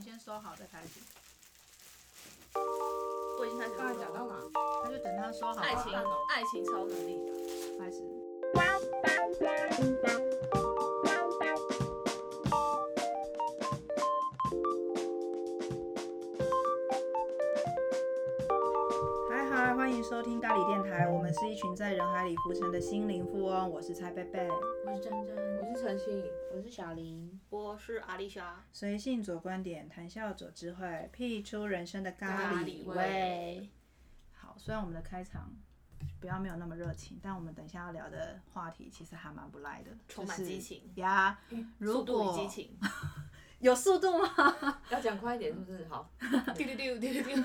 先收好再开始。我已经开始录刚才了讲到哪？那就等他收好。爱情好了，爱情超能力吧。开始。嗨嗨，欢迎收听咖喱电台，我们是一群在人海里浮沉的心灵富翁，我是蔡贝贝。我是真真，我是陈欣，我是小林。我是阿丽莎。随性左观点，谈笑左智慧，辟出人生的咖咖喱喱味味。好，虽然我们的开场不要没有那么热情，但我们等一下要聊的话题其实还蛮不赖的，充满就是激情嗯呀。速如度果与激 情，有速度吗？ 要讲快一点，是不是？好，丢丢丢丢丢丢。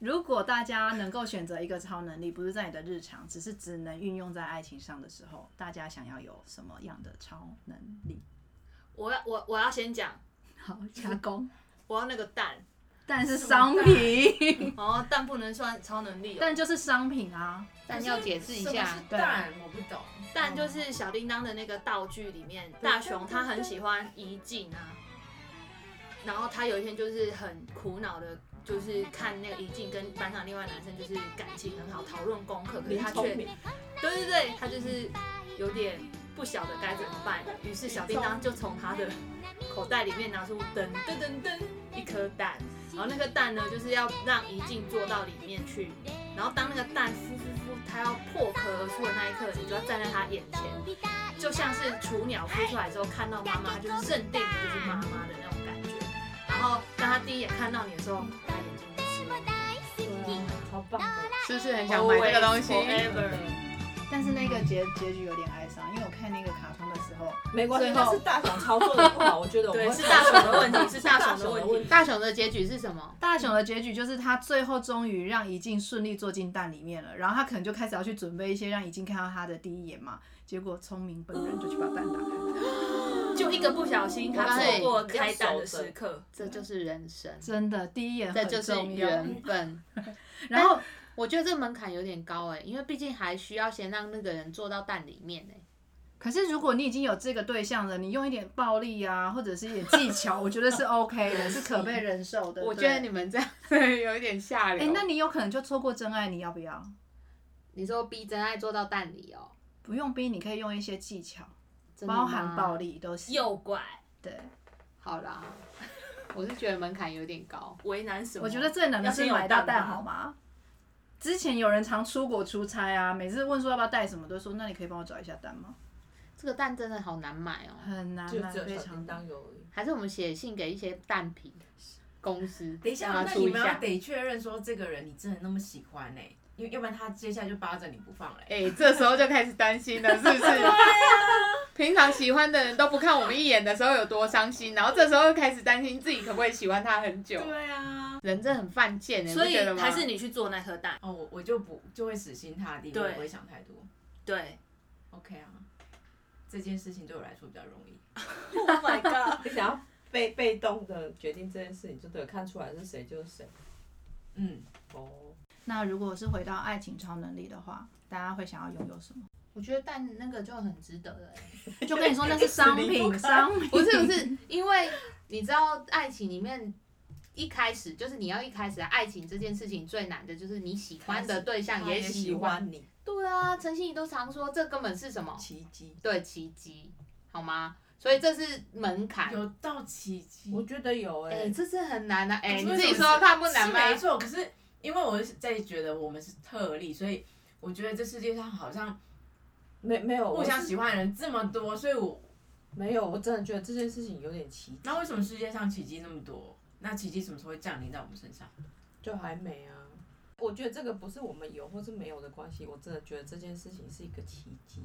如果大家能够选择一个超能力，不是在你的日常，只是只能运用在爱情上的时候，大家想要有什么样的超能 力？我要我我要先讲，好，加工，我要那个蛋， 但是商品，哦，蛋不能算超能力、哦，但就是商品啊。但要解释一下，啊对蛋我不懂。蛋就是小叮当的那个道具里面，大雄他很喜欢一镜啊，然后他有一天就是很苦恼的，就是看那个一镜跟班上另外男生就是感情很好，讨论功课，可是他却对对对，他就是有点不晓得该怎么办，于是小叮当就从他的口袋里面拿出噔噔噔噔一颗蛋，然后那颗蛋呢就是要让一镜坐到里面去，然后当那个蛋孵孵孵，它要破壳而出的那一刻，你就要站在它眼前，就像是雏鸟孵出来之后看到妈妈，它就是认定你就是妈妈的那种感觉。然后当它第一眼看到你的时候，它眼睛就湿了。对啊，超棒的。是不是很想买这个东西？ Always, forever 但是那个结结局有点哀伤，因为我看那个卡通的时候，没关系，最后那是大小操作的不好，我觉得我们对，会是大雄的问题，是 大雄的问题。大雄的结局是什么？大雄的结局就是他最后终于让怡静顺利坐进蛋里面了，然后他可能就开始要去准备一些让怡静看到他的第一眼嘛，结果聪明本人就去把蛋打开 了，就一个不小心，他错过开蛋的时刻。这就是人生，真的第一眼这很就是重要。缘分。 然后我觉得这门槛有点高哎、因为毕竟还需要先让那个人坐到蛋里面哎、可是如果你已经有这个对象了，你用一点暴力啊，或者是一点技巧，我觉得是 OK 的，是可被忍受 的。我觉对得你，们这样有一点下哎、流。那你有可能就错过真爱，你要不要？你说逼真爱坐到蛋里哦、不用逼，你可以用一些技巧，真的吗包含暴。力都行。诱拐对，好啦，我是觉得门槛有点高。为难什么？我觉得最难的是买到要先有蛋蛋吧好吗？之前有人常出国出差啊，每次问说要不要带什么，都说那你可以帮我找一下蛋吗？这个蛋真的好难买哦、很难就买，只有非小常难。叮当有而已。还是我们写信给一些蛋皮公司，等一下，那让他你出一们要下。得确认说这个人你真的那么喜欢呢、因为要不然他接下来就扒着你不放欸嘞、哎、这时候就开始担心了，是不是？啊 平常喜欢的人都不看我们一眼的时候有多伤心，然后这时候又开始担心自己可不可以喜欢他很久。对啊，人真的很犯贱哎、所以你不觉得吗还是你去做那颗蛋。哦，我我就不就会死心塌地，我对不会想太多。对 OK 啊，这件事情对我来说比较容 易。 Oh my god！你想 要被被动的决定这件事，你就得看出来是谁就是谁。嗯，哦，那如果是回到爱情超能力的话，大家会想要拥有什么？我觉得蛋那个就很值得了、欸。就跟你说那是商一直离不品，开商品 不是不是，因为你知道爱情里面。一开始就是你要一开始的爱情这件事情最难的就是你喜欢的对象他也哦喜喜欢。欢你，哦对啊，陈欣怡都常说这根本是什么？奇迹对，奇迹，好吗？所以这是门槛。有到奇迹，我觉得有哎、哎、这是很难的、哎、可是你为自己什么说是看不啊难是吗？没错，可是因为我是在觉得我们是特例，所以我觉得这世界上好像没没有，互哦我相是喜欢的人这么多，所以我没有，我真的觉得这件事情有点奇迹，那为什么世界上奇迹那么多？那奇迹什么时候会降临在我们身上？就还没啊。我觉得这个不是我们有或是没有的关系，我真的觉得这件事情是一个奇迹，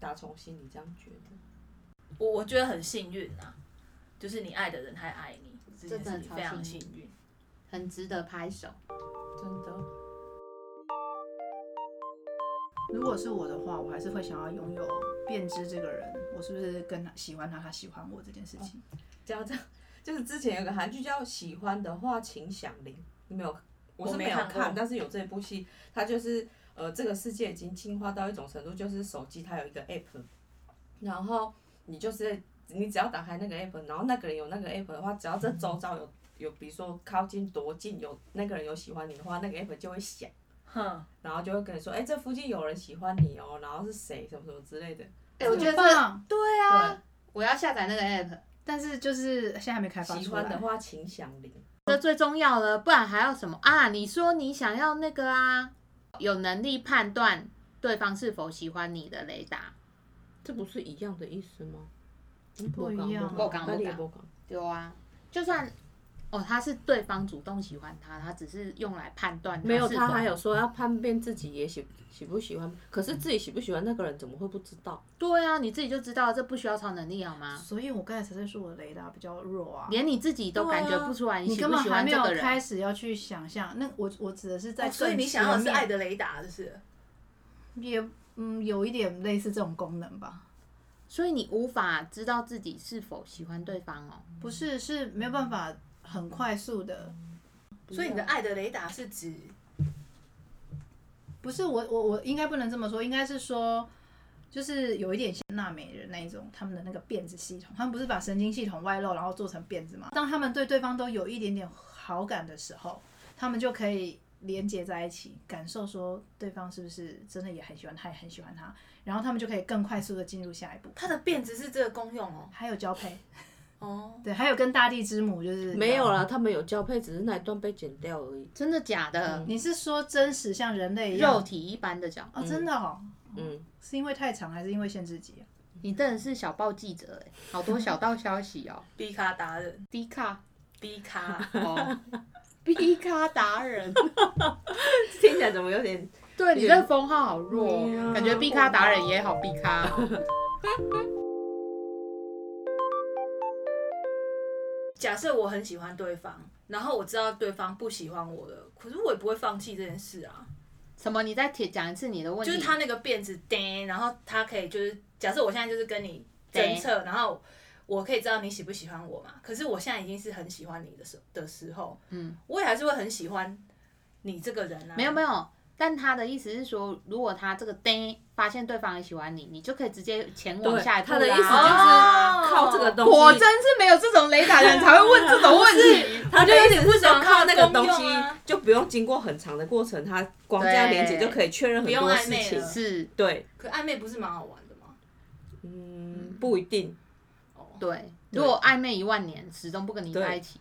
打从心里这样觉得。我，我觉得很幸运啊，就是你爱的人还爱你，这件事情非常幸运。很值得拍手。真的，如果是我的话，我还是会想要拥有便知这个人，我是不是跟他喜欢他，他喜欢我这件事情。叫这样，就是之前有个韩剧叫《喜欢的话请响铃》，你没有？我是我没没有看过看，但是有这部戏，它就是呃，这个世界已经进化到一种程度，就是手机它有一个 app，然后你就是你只要打开那个 app，然后那个人有那个 app 的话，只要这周遭有有，比如说靠近多近有那个人有喜欢你的话，那个 app 就会响，哼，然后就会跟你说，哎、这附近有人喜欢你哦，然后是谁什么什么之类的。哎、我觉很得这棒，对啊，我要下载那个 app，但是就是现在还没开发喜出欢的来。话，请响铃。这最重要了，不然还要什么啊？你说你想要那个啊，有能力判断对方是否喜欢你的雷达，这不是一样的意思吗？不一样不不讲讲不讲不讲不讲有啊，就算。哦，他是对方主动喜欢他，他只是用来判断没有，是他否还有说要叛变自己也喜喜不喜欢，可是自己喜不喜欢那个人怎么会不知道？对啊，你自己就知道这不需要超能力好吗？所以我刚才才在说我的雷达比较弱啊，连你自己都感觉不出来你喜根不本喜还欢没这有个人。开始要去想象。那我我指的是在、哦所以你想要的是爱，的雷达，就是也嗯有一点类似这种功能吧。所以你无法知道自己是否喜欢对方哦。不是，是没有办法很快速的。所以你的爱的雷达是指不是我我我应该不能这么说，应该是说，就是有一点像纳美人那一种，他们的那个辫子系统，他们不是把神经系统外露，然后做成辫子吗？当他们对对方都有一点点好感的时候，他们就可以连接在一起，感受说对方是不是真的也很喜欢他，也很喜欢他，然后他们就可以更快速的进入下一步。它的辫子是这个功用哦。还有交配，哦，对，还有跟大地之母就是没有啦，他们有交配，只是那一段被剪掉而已。真的假的？你是说真实像人嗯类一样肉体一般的讲，哦，真的哦，嗯，是因为太长还是因为限制级啊？你真的是小报记者哎，好多小道消息哦。低卡达人，低卡低卡 哦，低卡达人，听起来怎么有点 对你这封号好弱对哦，啊感觉低卡达人也好低卡哦。假设我很喜欢对方，然后我知道对方不喜欢我了，可是我也不会放弃这件事啊。什么？你再铁讲一次你的问就题。是他那个辫子叮，然后他可以就是，假设我现在就是跟你侦测，然后我可以知道你喜不喜欢我嘛。可是我现在已经是很喜欢你的时的时候，嗯，我也还是会很喜欢你这个人啊。没有没有，但他的意思是说，如果他这个叮发现对方也喜欢你，你就可以直接前往对下一步他的意思就是啦哦靠这个东西，果真是没有这种雷达人才会问这种问 题。他就有点不爽靠那个东它的功用西啊，就不用经过很长的过程，他光这样连接就可以确认很不用多暧事昧情了。是对，可暧昧不是蛮好玩的吗？嗯，不一定，哦，对，对如果暧昧一万年，始终不跟你在一起，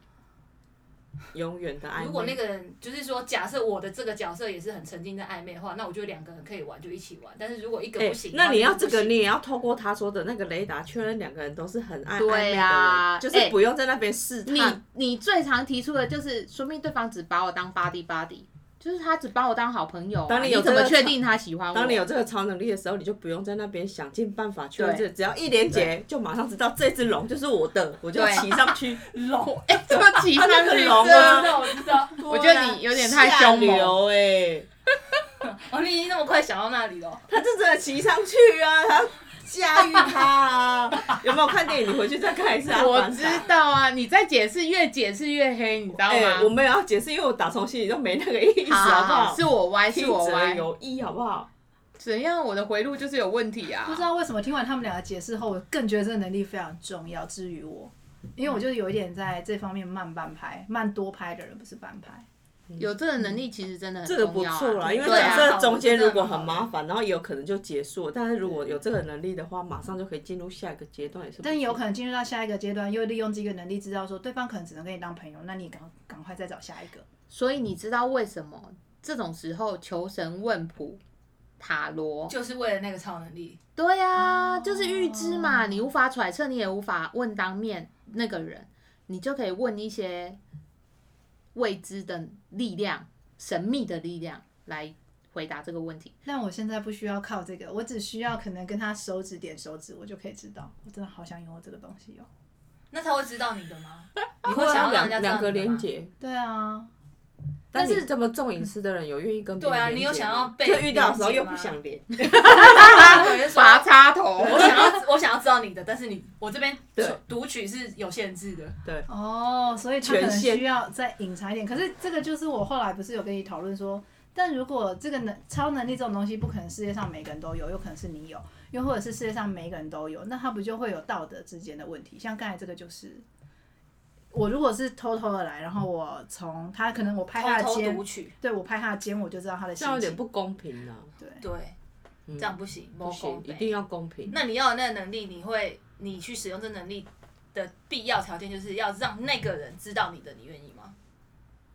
永远的暧昧。如果那个人就是说，假设我的这个角色也是很沉浸在暧昧的话，那我觉得两个人可以玩就一起玩。但是如果一个哎不行，那你要另一个这不个，行你也要透过他说的那个雷达确认两个人都是很爱暧昧的对人，呀就是不用在那边试探。你你最常提出的就是，说明对方只把我当 buddy buddy，就是他只把我当好朋友啊、当你你有怎么这个确定他喜欢我？当你 有这个超能力的时候，你就不用在那边想尽办法确认这个，只要一连接就马上知道这只龙就是我的，我就对骑上去。龙，哎、这 么骑上啊那个去龙真我知的道我知道，我觉得你有点太下凶猛。流哎，哦，你已经那么快想到那里了。他就真的骑上去啊，他驾驭他啊。有没有看电影？你回去再看一下。我反知打道啊，你再解释越解释越黑，你知道哎、吗？我没有要解释，因为我打从心里就没那个意思，好好好不好，好？是我歪，是听我者歪，有意，好不好？怎样？我的回路就是有问题啊不！知道为什么听完他们两个解释后，我更觉得这个能力非常重要。至于我，因为我就是有一点在这方面慢半拍、慢多拍的人，不是半拍。有这个能力其实真的很这个重不要啊错啦，因为对假设啊，中间如果很麻烦，然后也有可能就结束。但是如果有这个能力的话，马上就可以进入下一个阶段，也是不错。但有可能进入到下一个阶段，又利用这个能力知道说对方可能只能跟你当朋友，那你赶赶快再找下一个。所以你知道为什么这种时候求神问卜、塔罗就是为了那个超能力，对呀、哦就是预知嘛，你无法揣测，你也无法问当面那个人，你就可以问一些未知的力量、神秘的力量来回答这个问题。但我现在不需要靠这个，我只需要可能跟他手指点手指，我就可以知道。我真的好想拥有这个东西哦。那他会知道你的 吗？你会会想要让人家两知两道个你的连吗？接。对啊，但是是这么重隐私的人，有愿意跟别人对啊连你有接想吗要被就遇到的时候连接又不吗想连，有 人说拔插头，我想要 我想要知道你的，但是你我这边对读取是有限制的。哦，所以他可权能限需要再隐藏一点。可是这个就是我后来不是有跟你讨论说，但如果这个能超能力这种东西，不可能世界上每个人都有，有可能是你有，又或者是世界上每一个人都有，那他不就会有道德之间的问题？像刚才这个就是，我如果是偷偷的来，然后我从他可能我拍他的偷偷肩，读取，对我拍他的肩，我就知道他的这心样有点情。不公平啊，对，对，嗯这样不行，不不行，一定要公平。那你要有那个能力，你会你去使用这能力的必要条件，就是要让那个人知道你的，你愿意吗？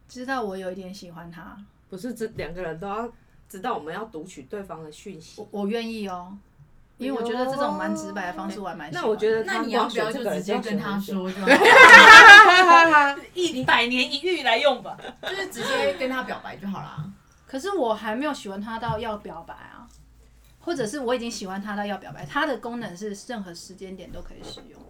知道我有一点喜欢他，不是这两个人都要知道我们要读取对方的讯息我。我愿意哦，因为我觉得这种蛮直白的方式我还蛮喜欢哦那我觉得那他你要光不要选就这个人直接要跟选他很久，说就好了，一百年一遇来用吧。就是直接跟他表白就好啦。可是我还没有喜欢他到要表白啊，或者是我已经喜欢他到要表白。它的功能是任何时间点都可以使用，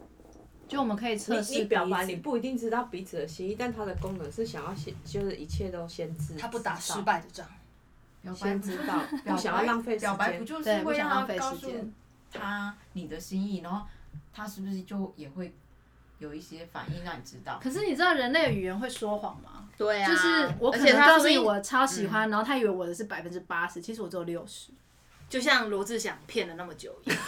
就我们可以测你试你表白，彼你此不一定知道彼此的心意，但他的功能是想要先，就是一切都先知。他不打失知道，败的仗，表白先不知道， 表不白想要浪费时表白不间。就是对不会想让浪他费告时诉间他你的心意，然后他是不是就也会有一些反应让你知道？可是你知道人类的语言会说谎吗？对啊，就是我可而且能他告说诉不你定我超喜欢，然后他以为我的是百分之八十，其实我只有六十。就像罗志祥骗了那么久一 样。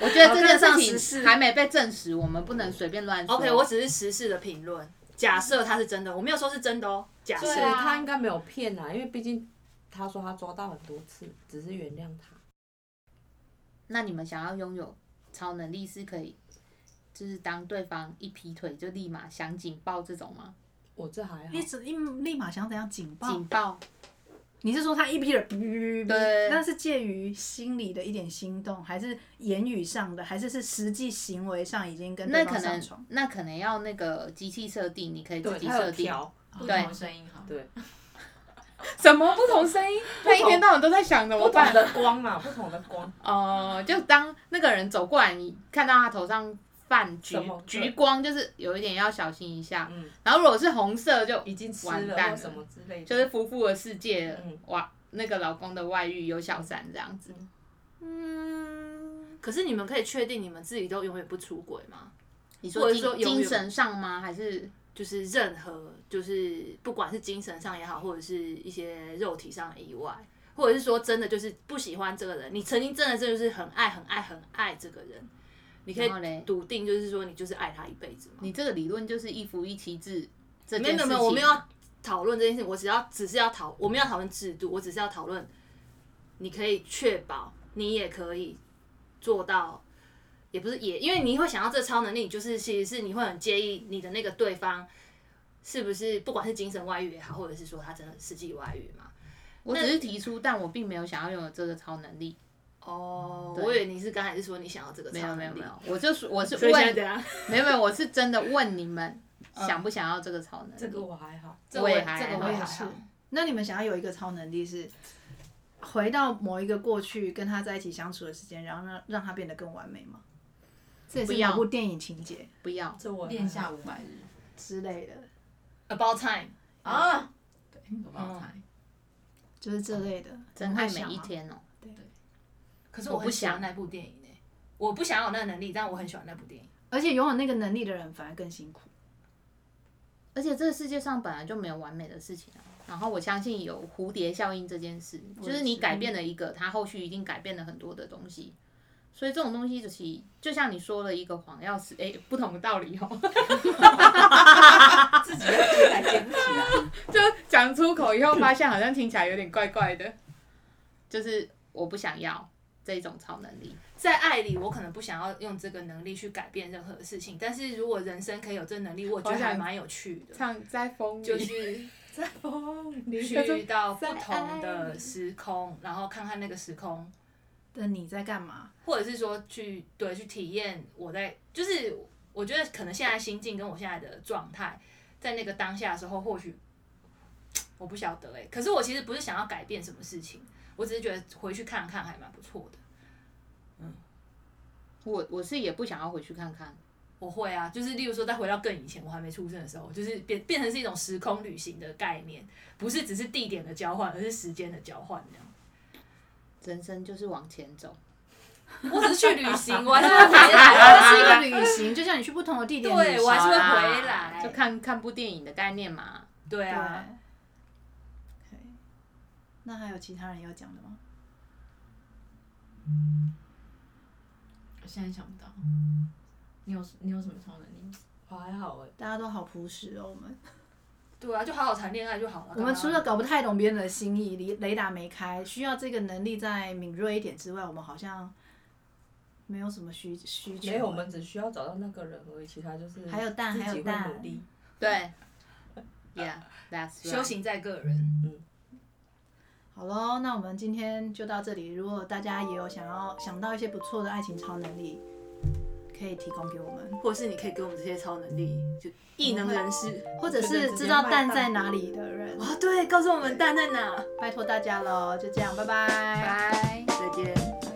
我觉得好这跟上件时事事情还没被证实，我们不能随便啊乱说。 OK，我只是实事的评论，假设他是真的，我没有说是真的哦，假对设。啊，他应该没有骗啊，因为毕竟他说他抓到很多次，只是原谅他。那你们想要拥有超能力是可以，就是当对方一劈腿就立马想警报这种吗？我这还好你，只一立马想怎样警报警？报，你是说他一批人？哔对那是介于心里的一点心动，还是言语上的，还是是实际行为上已经跟那对可方上能床？那可能要那个机器设定，你可以自对己他有设定。调，啊不对同声音好，对什么不同声音？他一天到晚都在想着不我同办。的光嘛，不同的光。哦、就当那个人走过来，你看到他头上泛橘什么橘光，就是有一点要小心一下。嗯，然后如果是红色，就已经吃完了蛋或了什么之类的，就是夫妇的世界了嗯哇，那个老公的外遇有小三这样子。可是你们可以确定你们自己都永远不出轨吗？你或者说精说有精神上吗？还是就是任何，就是不管是精神上也好，或者是一些肉体上的意外，或者是说真的就是不喜欢这个人，你曾经真的真的就是很爱很爱很爱这个人，你可然后以嘞笃定就是说你就是爱他一辈子吗？你这个理论就是一夫一妻制这没有件没有没事情？有，我没有要讨论这件事，我只要只是要讨，我们要讨论制度，我只是要讨论，你可以确保你也可以做到，也不是也，因为你会想要这超能力，就是其实是你会很介意你的那个对方是不是不管是精神外遇也好，或者是说他真的实际外遇嘛。我只是提出，但我并没有想要拥有这个超能力。哦，对我以为你是刚才是说你想要这个没超有没有能力没，有，我就是我是所以现在问怎，样？嗯没有没有，我是真的问你们想不想要这个超能力？这个我还好，这我也哎还这个我我也还是好。那你们想要有一个超能力是回到某一个过去跟他在一起相处的时间，然后让让他变得更完美吗？这也是不要某部电影情节不要。这我练下五百日之类的， About time，啊，对，我帮我猜。就是这类的。珍你会啊爱每想啊一吗。天哦、可是我我很不喜欢想那部电影呢、欸我不想要有那个能力，但我很喜欢那部电影。而且拥有那个能力的人反而更辛苦。而且这个世界上本来就没有完美的事情啊。然后我相信有蝴蝶效应这件事，我也就是你是改变了一个，它后续一定改变了很多的东西。所以这种东西就是，就像你说了一个谎要死，哎，不同的道理哦。 自己要接来接不起来。 就讲出口以后，发现好像听起来有点怪怪的，就是我不想要这种超能力。在爱里，我可能不想要用这个能力去改变任何事情，但是如果人生可以有这能力，我觉得好想还蛮有趣的，唱在风里，就是在风里去到不同的时空，然后看看那个时空，但你在 干嘛？或者是说去对去体验我在，就是我觉得可能现在心境跟我现在的状态，在那个当下的时候，或许我不晓得哎、可是我其实不是想要改变什么事情，我只是觉得回去看看还蛮不错的。我我是也不想要回去看看。我会啊，就是例如说，再回到更以前，我还没出生的时候，就是变变成是一种时空旅行的概念，不是只是地点的交换，而是时间的交换这样。人生就是往前走，我只是去旅 行，我还是会啊回来，它是一个旅行，就像你去不同的地点旅行。 对我还是会好啦回来就看看部电影的概念嘛。对对啊， OK 那还有其他人要讲的吗？现在想不到。你有你有什么超能力？还好哎、大家都好朴实哦，我们对啊，就好好谈恋爱就好了。我们除了搞不太懂别人的心意，雷雷达没开，需要这个能力再敏锐一点之外，我们好像没有什么需需求。没有，我们只需要找到那个人而已，其他就是还有蛋自还己有会蛋努力。对，Yeah，that's right 修。行在个人。好喽，那我们今天就到这里。如果大家也有想要想到一些不错的爱情超能力，可以提供给我们，或者是你可以给我们这些超能力，就异能人士或者是知道蛋在哪里的人，啊、对，告诉我们蛋在哪。拜托大家喽，就这样，拜拜。拜。再见。